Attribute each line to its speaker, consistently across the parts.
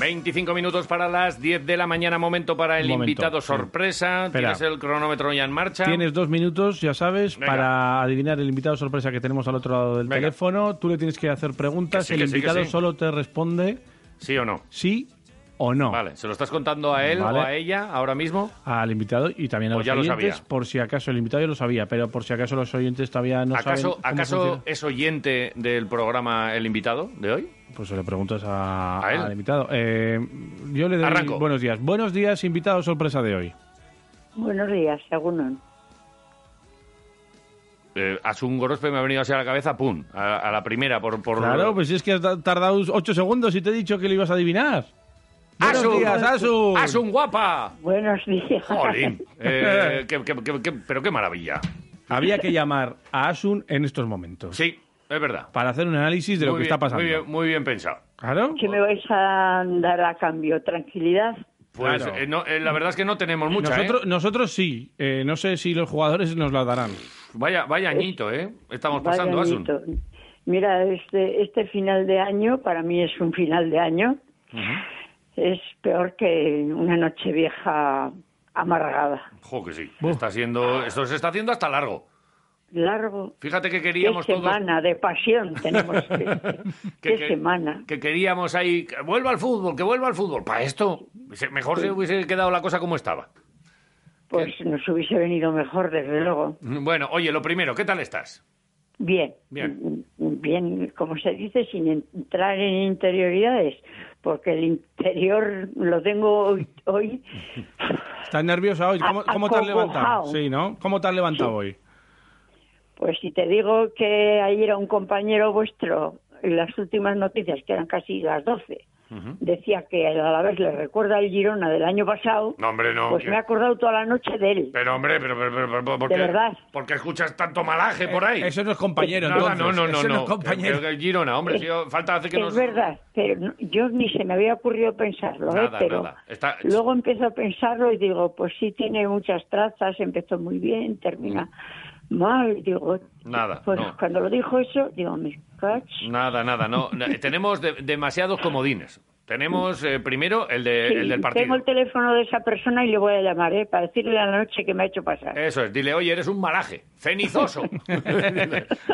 Speaker 1: Veinticinco minutos para las 10 de la mañana, momento para el
Speaker 2: Un momento,
Speaker 1: invitado
Speaker 2: sí.
Speaker 1: sorpresa.
Speaker 2: Espera.
Speaker 1: Tienes el cronómetro ya en marcha.
Speaker 2: Tienes dos minutos, ya sabes,
Speaker 1: Venga.
Speaker 2: para adivinar el invitado sorpresa que tenemos al otro lado del
Speaker 1: Venga.
Speaker 2: teléfono. Tú le tienes que hacer preguntas.
Speaker 1: Que sí,
Speaker 2: el
Speaker 1: que sí, que
Speaker 2: invitado
Speaker 1: sí.
Speaker 2: solo te responde
Speaker 1: ¿Sí o no?
Speaker 2: sí o no
Speaker 1: Vale, ¿se lo estás contando a él
Speaker 2: Vale.
Speaker 1: o a ella ahora mismo?
Speaker 2: al invitado y también a
Speaker 1: O Pues
Speaker 2: los
Speaker 1: ya lo
Speaker 2: oyentes.
Speaker 1: sabía.
Speaker 2: por si acaso el invitado ya lo sabía, pero por si acaso los oyentes todavía no
Speaker 1: ¿Acaso,
Speaker 2: saben. cómo
Speaker 1: ¿acaso
Speaker 2: funciona.
Speaker 1: es oyente del programa El Invitado de hoy?
Speaker 2: Pues se le preguntas a-
Speaker 1: ¿A él?
Speaker 2: al invitado. Eh, yo le doy
Speaker 1: Arranco.
Speaker 2: buenos días. Buenos días, invitado sorpresa de hoy.
Speaker 3: Buenos días, Egunon.
Speaker 1: Eh, Asun Gorospe me ha venido así a la cabeza, ¡pum! A, a la primera, por... por
Speaker 2: Claro, pues si es que has da- tardado ocho segundos y te he dicho que lo ibas a adivinar. Buenos
Speaker 1: ¡Asun!
Speaker 2: días, Asun.
Speaker 1: ¡Asun guapa!
Speaker 3: Buenos días.
Speaker 1: ¡Jolín! Eh, qué- qué- qué- qué- pero qué maravilla.
Speaker 2: Había que llamar a Asun en estos momentos
Speaker 1: Sí, es verdad.
Speaker 2: para hacer un análisis de lo
Speaker 1: Muy
Speaker 2: que
Speaker 1: bien,
Speaker 2: está pasando.
Speaker 1: Muy bien, muy bien pensado.
Speaker 2: Claro.
Speaker 3: ¿Qué me vais a dar a cambio? ¿Tranquilidad?
Speaker 1: Pues
Speaker 2: Claro.
Speaker 1: eh, no, eh, la verdad es que no tenemos mucha, ¿eh?
Speaker 2: Nosotros, nosotros sí. Eh, no sé si los jugadores nos la darán.
Speaker 1: Vaya, vaya añito, ¿eh? Estamos
Speaker 3: Vaya
Speaker 1: pasando, Asun.
Speaker 3: mito. Mira, este, este final de año para mí es un final de año. Es peor que una noche vieja amargada.
Speaker 1: Jo, que sí. Está siendo, esto se está haciendo hasta largo.
Speaker 3: Largo.
Speaker 1: Fíjate que
Speaker 3: ¿Qué
Speaker 1: queríamos todos...
Speaker 3: semana de pasión tenemos? ¿Qué,
Speaker 1: que-
Speaker 3: semana?
Speaker 1: Que queríamos ahí... Que vuelva al fútbol, que vuelva al fútbol. Para esto, se- mejor se hubiese quedado la cosa como estaba.
Speaker 3: Pues nos hubiese venido mejor, desde luego.
Speaker 1: Bueno, oye, lo primero, ¿qué tal estás?
Speaker 3: Bien.
Speaker 1: Bien.
Speaker 3: Bien, como se dice, sin entrar en interioridades, porque el interior lo tengo hoy, hoy
Speaker 2: ¿Estás nerviosa hoy? ¿Cómo,
Speaker 3: A-
Speaker 2: cómo te has levantado?
Speaker 3: acongojao.
Speaker 2: Sí, ¿no? ¿Cómo te has levantado hoy?
Speaker 3: Pues si te digo que ayer a un compañero vuestro, en las últimas noticias, que eran casi las 12, decía que a la vez le recuerda el Girona del año pasado,
Speaker 1: No, hombre, no.
Speaker 3: pues
Speaker 1: que-
Speaker 3: me he acordado toda la noche de él.
Speaker 1: Pero, hombre, pero... pero, pero, pero- ¿por
Speaker 3: De
Speaker 1: qué-
Speaker 3: verdad.
Speaker 1: ¿Por qué escuchas tanto malaje por ahí?
Speaker 2: Eh, Eso no es compañero,
Speaker 1: Nada,
Speaker 2: entonces.
Speaker 1: no, no, no,
Speaker 2: Eso
Speaker 1: no.
Speaker 2: es compañero.
Speaker 1: Que- que- Girona, hombre, si falta hace que
Speaker 3: es
Speaker 1: nos...
Speaker 3: verdad, pero no- yo ni se me había ocurrido pensarlo, ¿eh?
Speaker 1: Nada,
Speaker 3: pero
Speaker 1: nada. Está-
Speaker 3: luego empiezo a pensarlo y digo, pues sí tiene muchas trazas, empezó muy bien, termina mal, y digo,
Speaker 1: Mm. Nada,
Speaker 3: pues
Speaker 1: no.
Speaker 3: cuando lo dijo eso, digo, me cacho.
Speaker 1: Nada, nada, no. Na- Tenemos de- demasiados comodines. Tenemos eh, primero el, de,
Speaker 3: Sí,
Speaker 1: el del partido.
Speaker 3: Tengo el teléfono de esa persona y le voy a llamar, ¿eh? Para decirle a la noche que me ha hecho pasar.
Speaker 1: Eso es, dile, oye, eres un malaje, cenizoso.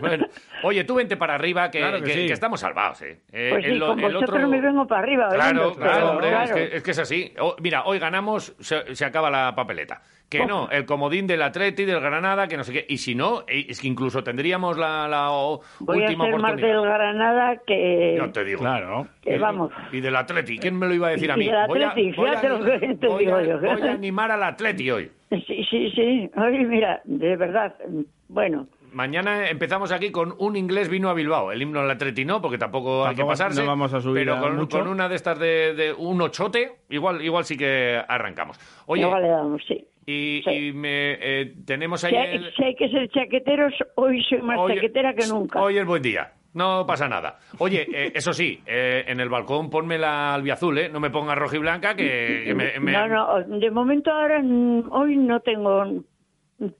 Speaker 1: Bueno, oye, tú vente para arriba, que,
Speaker 2: Claro que
Speaker 1: que-
Speaker 2: sí.
Speaker 1: que estamos salvados. ¿eh? Eh,
Speaker 3: pues sí,
Speaker 1: el-
Speaker 3: con
Speaker 1: el
Speaker 3: vosotros me vengo para arriba,
Speaker 1: Claro,
Speaker 3: oyendo, pero,
Speaker 1: claro, hombre,
Speaker 3: claro.
Speaker 1: Es, que, es que es así. O- mira, hoy ganamos, se, se acaba la papeleta. Que no, el comodín del Atleti, del Granada, que no sé qué. Y si no, eh, es que incluso tendríamos la, la o-
Speaker 3: Voy a
Speaker 1: última
Speaker 3: ser más
Speaker 1: oportunidad.
Speaker 3: del Granada que...
Speaker 1: Yo te digo.
Speaker 2: Claro. Eh,
Speaker 3: que vamos.
Speaker 1: Y del Atleti, ¿quién me lo iba a decir a
Speaker 3: Y
Speaker 1: mí?
Speaker 3: del Atleti, fíjate lo que te
Speaker 1: voy a-
Speaker 3: digo yo.
Speaker 1: voy a animar al Atleti hoy.
Speaker 3: Sí, sí, sí. Oye, mira, de verdad, mm, bueno,
Speaker 1: Mañana empezamos aquí con un inglés vino a Bilbao. El himno al Atleti no, porque tampoco, hay que
Speaker 2: Tampoco-
Speaker 1: pasarse.
Speaker 2: no vamos a subir
Speaker 1: pero
Speaker 2: a
Speaker 1: con,
Speaker 2: mucho.
Speaker 1: con una de estas de, de un ochote, igual, igual sí que arrancamos. Oye,
Speaker 3: luego le damos, sí.
Speaker 1: y,
Speaker 3: Sí.
Speaker 1: y me, eh, tenemos ahí
Speaker 3: Si hay,
Speaker 1: el...
Speaker 3: si hay que ser chaqueteros, hoy soy más
Speaker 1: Hoy-
Speaker 3: chaquetera que nunca.
Speaker 1: Hoy es buen día. No pasa nada. Oye, eh, eso sí, eh, en el balcón ponme la albiazul, ¿eh? No me pongas rojiblanca que, que me, me-
Speaker 3: No, no, de momento ahora mm, hoy no tengo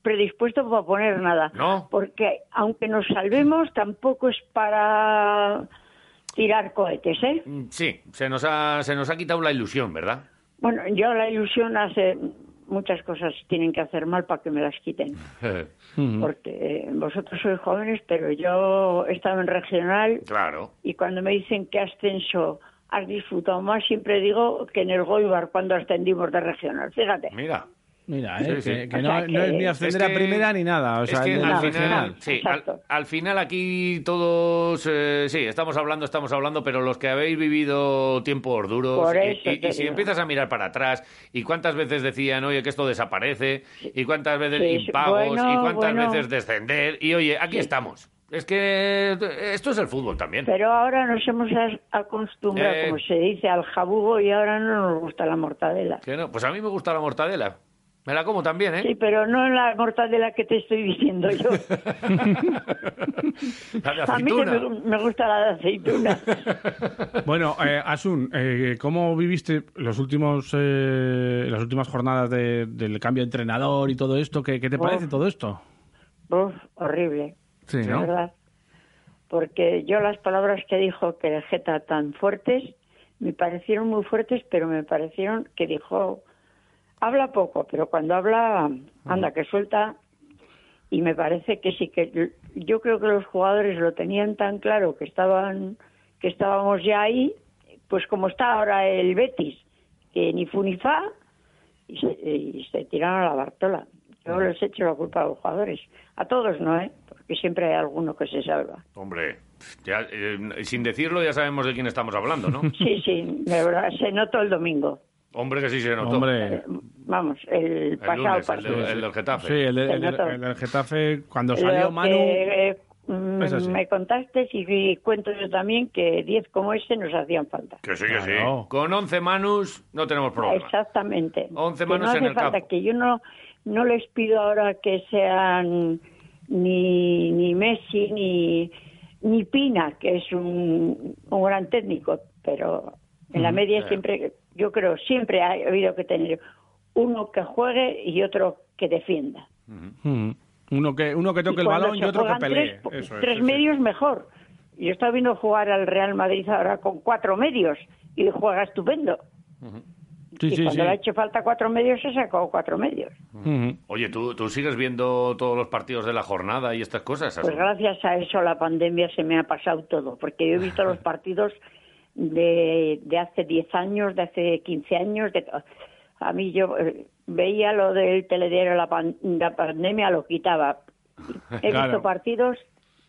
Speaker 3: predispuesto para poner nada.
Speaker 1: ¿No?
Speaker 3: Porque aunque nos salvemos, tampoco es para tirar cohetes, ¿eh?
Speaker 1: Mm, Sí, se nos, ha, se nos ha quitado la ilusión, ¿verdad?
Speaker 3: Bueno, yo la ilusión hace muchas cosas tienen que hacer mal para que me las quiten. Porque eh, vosotros sois jóvenes, pero yo he estado en regional
Speaker 1: claro.
Speaker 3: y cuando me dicen que ascenso has disfrutado más, siempre digo que en el Goibar cuando ascendimos de regional. Fíjate.
Speaker 1: Mira,
Speaker 2: Mira,
Speaker 1: Sí,
Speaker 2: eh,
Speaker 1: sí.
Speaker 2: que, que
Speaker 3: O
Speaker 2: no,
Speaker 3: sea que-
Speaker 2: no es ni
Speaker 3: Es
Speaker 2: ascender
Speaker 1: que-
Speaker 2: a primera ni nada. O
Speaker 1: es
Speaker 2: sea,
Speaker 1: que
Speaker 2: ni
Speaker 1: al
Speaker 2: nada
Speaker 1: final,
Speaker 3: regional.
Speaker 1: sí, al,
Speaker 3: Exacto.
Speaker 1: al final aquí todos, eh, sí, estamos hablando, estamos hablando, pero los que habéis vivido tiempos duros,
Speaker 3: Por
Speaker 1: y-
Speaker 3: eso
Speaker 1: y, y
Speaker 3: te
Speaker 1: si
Speaker 3: digo.
Speaker 1: empiezas a mirar para atrás, y cuántas veces decían, oye, que esto desaparece, y cuántas veces
Speaker 3: Sí, sí,
Speaker 1: impagos, y
Speaker 3: bueno,
Speaker 1: cuántas
Speaker 3: bueno.
Speaker 1: veces descender, y oye, aquí estamos. Es que esto es el fútbol también.
Speaker 3: Pero ahora nos hemos as- acostumbrado,
Speaker 1: Eh.
Speaker 3: como se dice, al jabugo y ahora no nos gusta la mortadela.
Speaker 1: Que no, pues a mí me gusta la mortadela. Me la como también, ¿eh?
Speaker 3: Sí, pero no la mortadela que te estoy diciendo yo.
Speaker 1: La de
Speaker 3: A mí que
Speaker 1: aceituna.
Speaker 3: me, me gusta la de aceituna.
Speaker 2: Bueno, eh, Asun, eh, ¿cómo viviste los últimos, eh, las últimas jornadas de- del cambio de entrenador y todo esto? ¿Qué, qué te
Speaker 3: Uf.
Speaker 2: parece todo esto?
Speaker 3: Uf, horrible.
Speaker 2: Sí,
Speaker 3: la verdad. Porque yo las palabras que dijo que Querejeta tan fuertes, me parecieron muy fuertes, pero me parecieron que dijo, habla poco, pero cuando habla, anda, que suelta. Y me parece que sí que yo creo que los jugadores lo tenían tan claro que estaban que estábamos ya ahí, pues como está ahora el Betis, que ni fu ni fa, y se, y se tiraron a la Bartola. Yo les he hecho la culpa a los jugadores. A todos no, ¿eh? Porque siempre hay alguno que se salva.
Speaker 1: Hombre, ya, eh, sin decirlo ya sabemos de quién estamos hablando, ¿no?
Speaker 3: Sí, sí, de verdad, se notó el domingo.
Speaker 1: Hombre, que sí se notó.
Speaker 2: Hombre,
Speaker 3: Vamos, el
Speaker 1: El
Speaker 3: pasado
Speaker 1: lunes, el,
Speaker 3: partido.
Speaker 1: de- el del Getafe.
Speaker 2: sí, el, de-
Speaker 3: Se
Speaker 2: el de-
Speaker 3: notó.
Speaker 2: el del Getafe, cuando
Speaker 3: Lo
Speaker 2: salió
Speaker 3: que,
Speaker 2: Manu...
Speaker 3: eh, mm,
Speaker 2: Es así.
Speaker 3: me contaste y, y cuento yo también que 10 como ese nos hacían falta.
Speaker 1: Que sí, que sí.
Speaker 2: Claro.
Speaker 1: Con 11 manus no tenemos problema.
Speaker 3: Exactamente.
Speaker 1: Once
Speaker 3: Que
Speaker 1: manos
Speaker 3: no hace
Speaker 1: en el
Speaker 3: falta
Speaker 1: campo.
Speaker 3: que yo no, no les pido ahora que sean ni, ni Messi ni, ni Pina, que es un, un gran técnico, pero en
Speaker 2: Mm,
Speaker 3: la media
Speaker 1: claro.
Speaker 3: siempre, yo creo, siempre ha habido que tener uno que juegue y otro que defienda.
Speaker 2: Mm. Uno que, uno que toque
Speaker 3: Y
Speaker 2: el
Speaker 3: cuando
Speaker 2: balón y
Speaker 3: se
Speaker 2: otro que
Speaker 3: juegan
Speaker 2: pelee.
Speaker 3: Tres,
Speaker 2: Eso es,
Speaker 3: tres
Speaker 2: sí, sí.
Speaker 3: medios mejor. Yo estaba viendo jugar al Real Madrid ahora con cuatro medios y juega estupendo.
Speaker 2: Sí, sí,
Speaker 3: y
Speaker 2: sí. Mm.
Speaker 3: cuando le ha hecho falta cuatro medios, se sacó cuatro medios.
Speaker 2: Ujú.
Speaker 1: Oye, ¿tú, ¿tú sigues viendo todos los partidos de la jornada y estas cosas?
Speaker 3: Pues
Speaker 1: Asun?
Speaker 3: gracias a eso la pandemia se me ha pasado todo, porque yo he visto los partidos de, de hace 10 años, de hace 15 años. De, a mí yo eh, veía lo del telediario, la, pan- la pandemia lo quitaba. He
Speaker 2: Claro.
Speaker 3: visto partidos,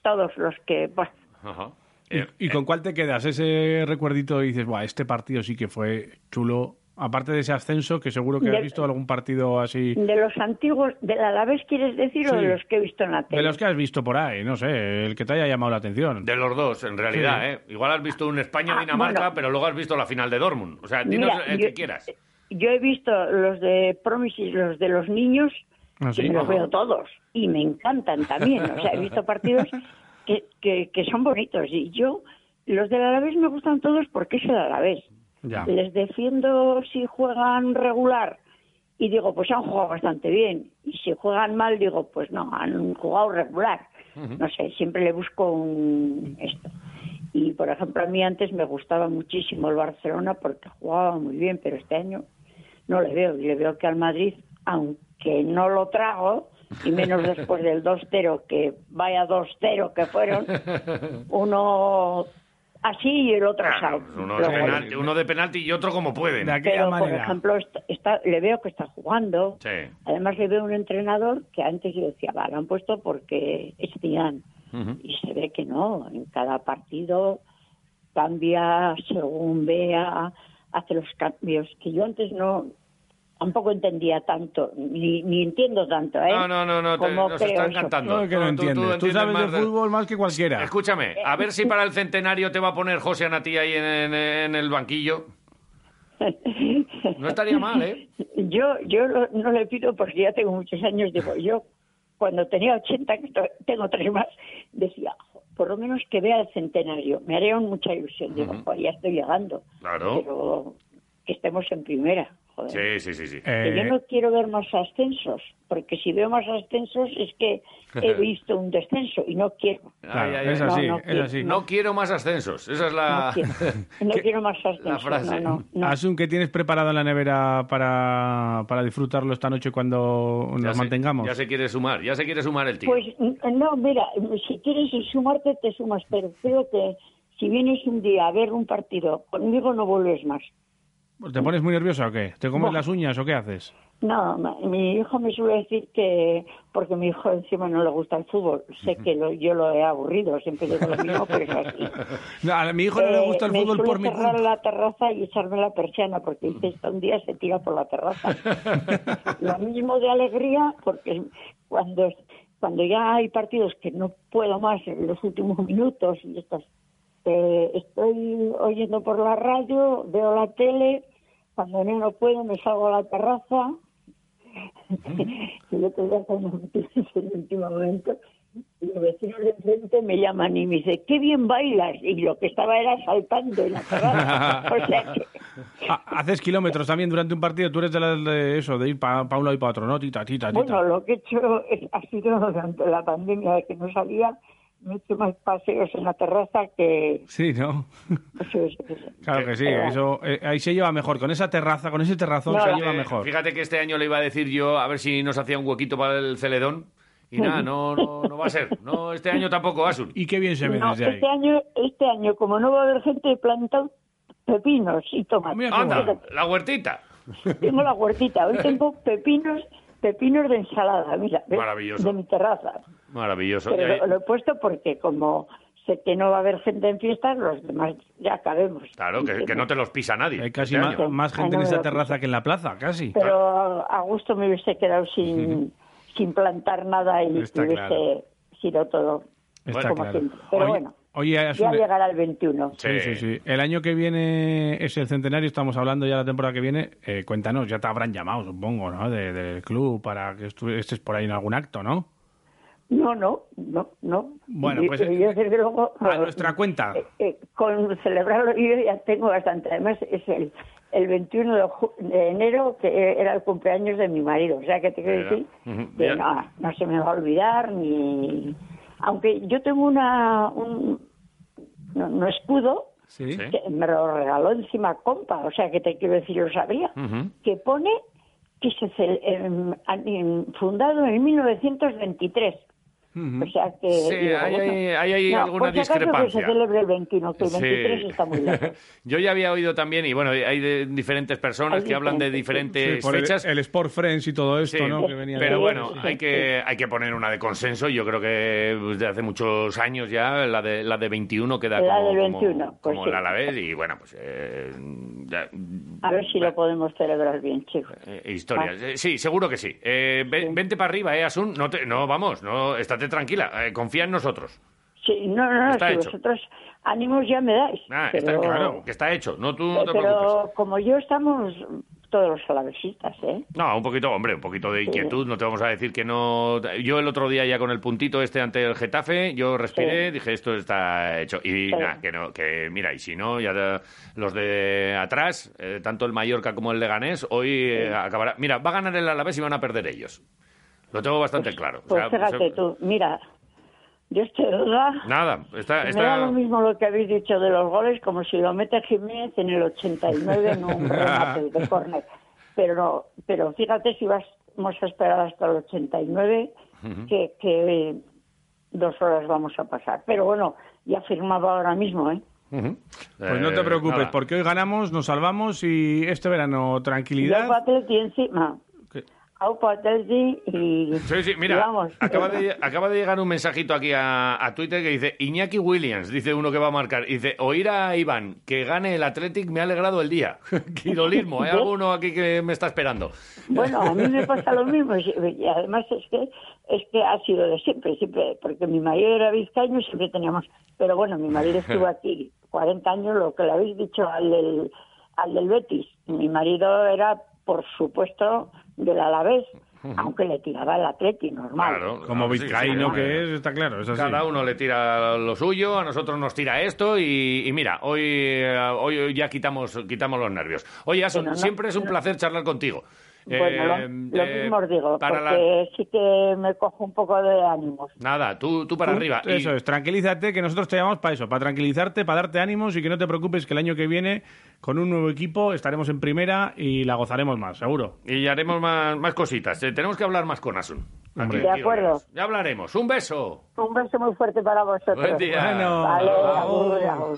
Speaker 3: todos los que... bah,
Speaker 1: Ajá. Eh,
Speaker 2: ¿Y, y con cuál te quedas? Ese recuerdito y dices, Buah, este partido sí que fue chulo. Aparte de ese ascenso, que seguro que
Speaker 3: De-
Speaker 2: has visto algún partido así...
Speaker 3: de los antiguos, del Alavés quieres decir
Speaker 2: Sí.
Speaker 3: o de los que he visto en la
Speaker 2: De
Speaker 3: tele.
Speaker 2: los que has visto por ahí, no sé, el que te haya llamado la atención.
Speaker 1: De los dos, en realidad,
Speaker 2: Sí.
Speaker 1: ¿eh? Igual has visto un España-Dinamarca,
Speaker 3: Ah, bueno.
Speaker 1: pero luego has visto la final de Dortmund. O sea, dinos
Speaker 3: Mira,
Speaker 1: el
Speaker 3: yo- eh,
Speaker 1: que quieras.
Speaker 3: Yo he visto los de Promises, los de los niños,
Speaker 2: ¿Ah, sí?
Speaker 3: que me los
Speaker 1: Ajá.
Speaker 3: veo todos y me encantan también. O sea, he visto partidos que, que, que son bonitos y yo, los del Alavés me gustan todos porque es el Alavés.
Speaker 2: Ya.
Speaker 3: Les defiendo si juegan regular y digo, pues han jugado bastante bien. Y si juegan mal, digo, pues no, han jugado regular. No sé, siempre le busco un esto. Y por ejemplo, a mí antes me gustaba muchísimo el Barcelona porque jugaba muy bien, pero este año no le veo. Y le veo que al Madrid, aunque no lo trago, y menos después del 2-0, que vaya 2-0 que fueron, uno así y el otro
Speaker 1: Claro,
Speaker 3: asado.
Speaker 1: uno, de
Speaker 3: Pero bueno,
Speaker 1: penalti, uno de penalti y otro como pueden.
Speaker 2: De aquella
Speaker 3: pero, por
Speaker 2: manera.
Speaker 3: ejemplo, está- está- le veo que está jugando.
Speaker 1: Sí.
Speaker 3: Además, le veo un entrenador que antes yo decía, va, lo han puesto porque es Zidane. Y se ve que no, en cada partido cambia según vea, hace los cambios, que yo antes no, tampoco entendía tanto, ni, ni entiendo tanto, ¿eh?
Speaker 1: No, no, no, no, te-
Speaker 3: Como
Speaker 1: nos
Speaker 3: creo
Speaker 1: están
Speaker 3: eso.
Speaker 1: cantando.
Speaker 2: No, que
Speaker 1: Tú-
Speaker 2: no
Speaker 1: tú- tú
Speaker 2: entiendes. Tú,
Speaker 1: entiendes
Speaker 2: sabes
Speaker 1: más
Speaker 2: de
Speaker 1: de-
Speaker 2: fútbol más que cualquiera.
Speaker 1: Escúchame, a ver si para el centenario te va a poner José Anatía ahí en, en- en el banquillo. No estaría mal, ¿eh?
Speaker 3: Yo, yo lo- no le pido porque ya tengo muchos años, digo, yo cuando tenía 80, que to- tengo tres más, decía, "Jo, por lo menos que vea el centenario, me haría mucha ilusión, digo, "Jo, ya estoy llegando,
Speaker 1: Claro.
Speaker 3: pero que estemos en primera, joder.
Speaker 1: Sí, sí, sí, sí.
Speaker 3: Que yo
Speaker 2: Eh,
Speaker 3: no quiero ver más ascensos, porque si veo más ascensos es que he visto un descenso y no quiero.
Speaker 2: claro,
Speaker 1: Ay, ay,
Speaker 2: es
Speaker 1: ay.
Speaker 2: así,
Speaker 3: No, no,
Speaker 2: es así.
Speaker 1: No quiero más ascensos. Esa es
Speaker 3: No
Speaker 1: la...
Speaker 3: quiero, no quiero más ascensos.
Speaker 1: Ah. frase.
Speaker 3: No, no, no.
Speaker 2: Asun, ¿qué tienes preparado en la nevera para, para disfrutarlo esta noche cuando
Speaker 1: Ya
Speaker 2: nos
Speaker 1: se-
Speaker 2: mantengamos?
Speaker 1: Ya se quiere sumar, ya se quiere sumar el tío.
Speaker 3: Pues n- no, mira, si quieres sumarte, te sumas, pero creo que si vienes un día a ver un partido, conmigo no vuelves más.
Speaker 2: ¿Te pones muy nerviosa o qué? ¿Te comes
Speaker 3: Buah.
Speaker 2: las uñas o qué haces?
Speaker 3: No, ma- mi hijo me suele decir que, porque mi hijo encima no le gusta el fútbol, sé que lo- yo lo he aburrido, siempre digo lo mismo, pero es así.
Speaker 2: No, a mi hijo no le
Speaker 3: Eh,
Speaker 2: gusta el
Speaker 3: me
Speaker 2: fútbol
Speaker 3: suele
Speaker 2: por mi
Speaker 3: cerrar
Speaker 2: culpa.
Speaker 3: la terraza y echarme la persiana, porque dice, "Esta un día se tira por la terraza. Lo mismo de alegría, porque cuando, cuando ya hay partidos que no puedo más en los últimos minutos y estas, eh, estoy oyendo por la radio, veo la tele, cuando no, no puedo me salgo a la terraza. y yo te día cuando me puse en el último momento, y los vecinos de enfrente me llaman y me dicen, qué bien bailas. Y lo que estaba era saltando en la terraza. O sea que...
Speaker 2: Ha- Ah, Haces kilómetros también durante un partido. Tú eres de, las de eso, de ir para un lado y para otro, ¿no? Tita, tita, tita.
Speaker 3: Bueno, lo que he hecho es- ha sido durante la pandemia de que no salía, me he hecho más paseos en la terraza que...
Speaker 2: Sí, ¿no?
Speaker 3: eso es- eso es-
Speaker 2: Claro que sí.
Speaker 3: Eh,
Speaker 2: Eso, eh, ahí se lleva mejor. Con esa terraza, con ese terrazón
Speaker 3: No,
Speaker 2: se
Speaker 3: la-
Speaker 2: lleva
Speaker 1: Eh,
Speaker 2: mejor.
Speaker 1: Fíjate que este año le iba a decir yo a ver si nos hacía un huequito para el celedón. Y nada, no, no, no va a ser. No, este año tampoco, Asun.
Speaker 2: Y qué bien se ve
Speaker 3: No,
Speaker 2: desde ahí.
Speaker 3: este año, este año, como no va a haber gente, he plantado pepinos y tomates.
Speaker 2: Mira qué
Speaker 1: Anda,
Speaker 2: bueno.
Speaker 1: la huertita.
Speaker 3: Tengo la huertita, hoy tengo pepinos, pepinos de ensalada, mira, ¿ves?
Speaker 1: Maravilloso.
Speaker 3: de mi terraza.
Speaker 1: Maravilloso.
Speaker 3: Pero
Speaker 1: Y ahí-
Speaker 3: lo, lo he puesto porque como sé que no va a haber gente en fiestas, los demás ya cabemos.
Speaker 1: Claro, que, que no te los pisa nadie.
Speaker 2: Hay casi
Speaker 1: este
Speaker 2: más,
Speaker 1: año.
Speaker 2: más gente en
Speaker 3: Ah, no,
Speaker 2: esa
Speaker 3: no,
Speaker 2: terraza que en la plaza, casi.
Speaker 3: Pero a gusto me hubiese quedado sin, sin plantar nada y
Speaker 2: Está
Speaker 3: hubiese
Speaker 2: claro.
Speaker 3: sido todo
Speaker 2: Está
Speaker 3: como
Speaker 2: claro.
Speaker 3: siempre. Pero
Speaker 2: Oye-
Speaker 3: bueno,
Speaker 2: oye,
Speaker 3: ya
Speaker 1: e-
Speaker 2: Asune-
Speaker 3: llegará el 21.
Speaker 2: Sí, sí, sí. El año que viene es el centenario, estamos hablando ya la temporada que viene. Eh, cuéntanos, ya te habrán llamado, supongo, ¿no? De- del club para que estu- estés por ahí en algún acto, ¿no?
Speaker 3: No, no, no, no.
Speaker 2: Bueno,
Speaker 3: Y-
Speaker 2: pues,
Speaker 3: y yo, desde luego,
Speaker 2: a nuestra cuenta.
Speaker 3: eh, eh, con celebrarlo yo ya tengo bastante. Además, es el, el 21 de, ju- de enero, que era el cumpleaños de mi marido. O sea, que te quiero
Speaker 1: Era.
Speaker 3: decir
Speaker 1: Ujú,
Speaker 3: que
Speaker 1: ya.
Speaker 3: no, no se me va a olvidar ni... Aunque yo tengo una un no, no escudo,
Speaker 2: Sí.
Speaker 1: Sí.
Speaker 3: que me lo regaló encima compa, o sea, que te quiero decir, yo lo sabría,
Speaker 1: Ujú.
Speaker 3: que pone que se cel- em, an- em, fundado en 1923. O sea que.
Speaker 1: Sí,
Speaker 3: digo,
Speaker 1: ahí hay-
Speaker 3: bueno,
Speaker 1: ahí hay
Speaker 3: no,
Speaker 1: alguna
Speaker 3: por si acaso
Speaker 1: discrepancia.
Speaker 3: Que se celebre el 21, que el 23
Speaker 1: Sí.
Speaker 3: está muy lejos.
Speaker 1: Yo ya había oído también, y bueno, hay de diferentes personas
Speaker 3: Hay
Speaker 1: que hablan de
Speaker 3: diferentes,
Speaker 2: Sí,
Speaker 1: diferentes
Speaker 2: por el,
Speaker 1: fechas.
Speaker 2: el Sport Friends y todo esto,
Speaker 1: Sí,
Speaker 2: ¿no? Que venía
Speaker 1: pero
Speaker 3: de-
Speaker 1: bueno,
Speaker 3: Sí,
Speaker 1: hay
Speaker 3: sí.
Speaker 1: que hay que poner una de consenso. Yo creo que desde hace muchos años ya la de la de 21 queda
Speaker 3: La
Speaker 1: como,
Speaker 3: del
Speaker 1: como-
Speaker 3: 21, pues
Speaker 1: como
Speaker 3: sí.
Speaker 1: el Alavés y bueno, pues eh, ya-
Speaker 3: A ver si lo podemos celebrar bien, chicos.
Speaker 1: eh, historias.
Speaker 3: Ah.
Speaker 1: Eh, sí, seguro que sí. Eh, ve- Vente para arriba, eh, Asun. No, te- no vamos, no, estate tranquila. eh, confía en nosotros.
Speaker 3: Sí, no, no, no,
Speaker 1: Está
Speaker 3: si
Speaker 1: hecho.
Speaker 3: vosotros ánimos ya me dais.
Speaker 1: Ah, está
Speaker 3: pero- eh,
Speaker 1: claro, que está hecho. No, tú no te preocupes.
Speaker 3: Pero como yo estamos todos los alavesitas, ¿eh?
Speaker 1: No, un poquito, hombre, un poquito de inquietud, no te vamos a decir que no... Yo el otro día ya con el puntito este ante el Getafe, yo respiré, dije, esto está hecho. Y
Speaker 3: Sí.
Speaker 1: nada, que no, que mira, y si no, ya da- los de atrás, eh, tanto el Mallorca como el Leganés, hoy eh, acabará... Mira, va a ganar el Alavés y van a perder ellos. Lo tengo bastante claro. O
Speaker 3: Pues
Speaker 1: sea,
Speaker 3: fíjate
Speaker 1: pues, eh,
Speaker 3: tú, mira, yo estoy duda.
Speaker 1: Nada, está...
Speaker 3: Me da
Speaker 1: Ah, está...
Speaker 3: lo mismo lo que habéis dicho de los goles, como si lo mete Jiménez en el 89 en un remate de córner. Pero, no- pero fíjate si vas- vamos a esperar hasta el 89, que, que dos horas vamos a pasar. Pero bueno, ya firmaba ahora mismo, ¿eh?
Speaker 1: Ujú.
Speaker 2: Pues no te
Speaker 1: Eh,
Speaker 2: preocupes,
Speaker 1: nada.
Speaker 2: porque hoy ganamos, nos salvamos y este verano
Speaker 3: Y Aupa
Speaker 2: tranquilidad.
Speaker 3: Atleti encima.
Speaker 2: ¿Qué?
Speaker 3: Aupa Atleti y...
Speaker 1: Sí, sí, mira,
Speaker 3: y vamos.
Speaker 1: acaba, de, acaba de llegar un mensajito aquí a, a Twitter que dice Iñaki Williams, dice uno que va a marcar, y dice, oír a Iván que gane el Athletic me ha alegrado el día. Quirolismo, hay alguno aquí que me está esperando.
Speaker 3: Bueno, a mí me pasa lo mismo. y- Y además es que es que ha sido de siempre, siempre, porque mi marido era vizcaíno y siempre teníamos. Pero bueno, mi marido estuvo aquí 40 años, lo que le habéis dicho al del, al del Betis. Mi marido era, por supuesto, del Alavés, aunque le tiraba el Atleti, normal.
Speaker 1: Claro,
Speaker 2: Como
Speaker 1: Ah, sí, sí,
Speaker 2: vizcaíno
Speaker 1: sí,
Speaker 2: que
Speaker 1: hombre.
Speaker 2: es, está claro, es así.
Speaker 1: Cada uno le tira lo suyo, a nosotros nos tira esto y, y mira, hoy, eh, hoy ya quitamos, quitamos los nervios. Oye, Asun,
Speaker 3: Bueno, no,
Speaker 1: siempre es un placer charlar contigo.
Speaker 3: Bueno, lo,
Speaker 1: Eh,
Speaker 3: lo
Speaker 1: eh,
Speaker 3: mismo os digo,
Speaker 1: para la-
Speaker 3: porque sí que me cojo un poco de ánimos.
Speaker 1: Nada, tú, tú para arriba. Y-
Speaker 2: Eso es, tranquilízate, que nosotros te llamamos para eso, para tranquilizarte, para darte ánimos y que no te preocupes que el año que viene, con un nuevo equipo, estaremos en primera y la gozaremos más, seguro.
Speaker 1: Y haremos más, más cositas. Eh, tenemos que hablar más con Asun. Aquí,
Speaker 2: Hombre.
Speaker 3: De acuerdo.
Speaker 1: Quiroleros. Ya hablaremos. Un beso.
Speaker 3: Un beso muy fuerte para vosotros.
Speaker 1: Buen día.
Speaker 2: Bueno.
Speaker 3: Vale,
Speaker 2: Bravo.
Speaker 3: agur, agur.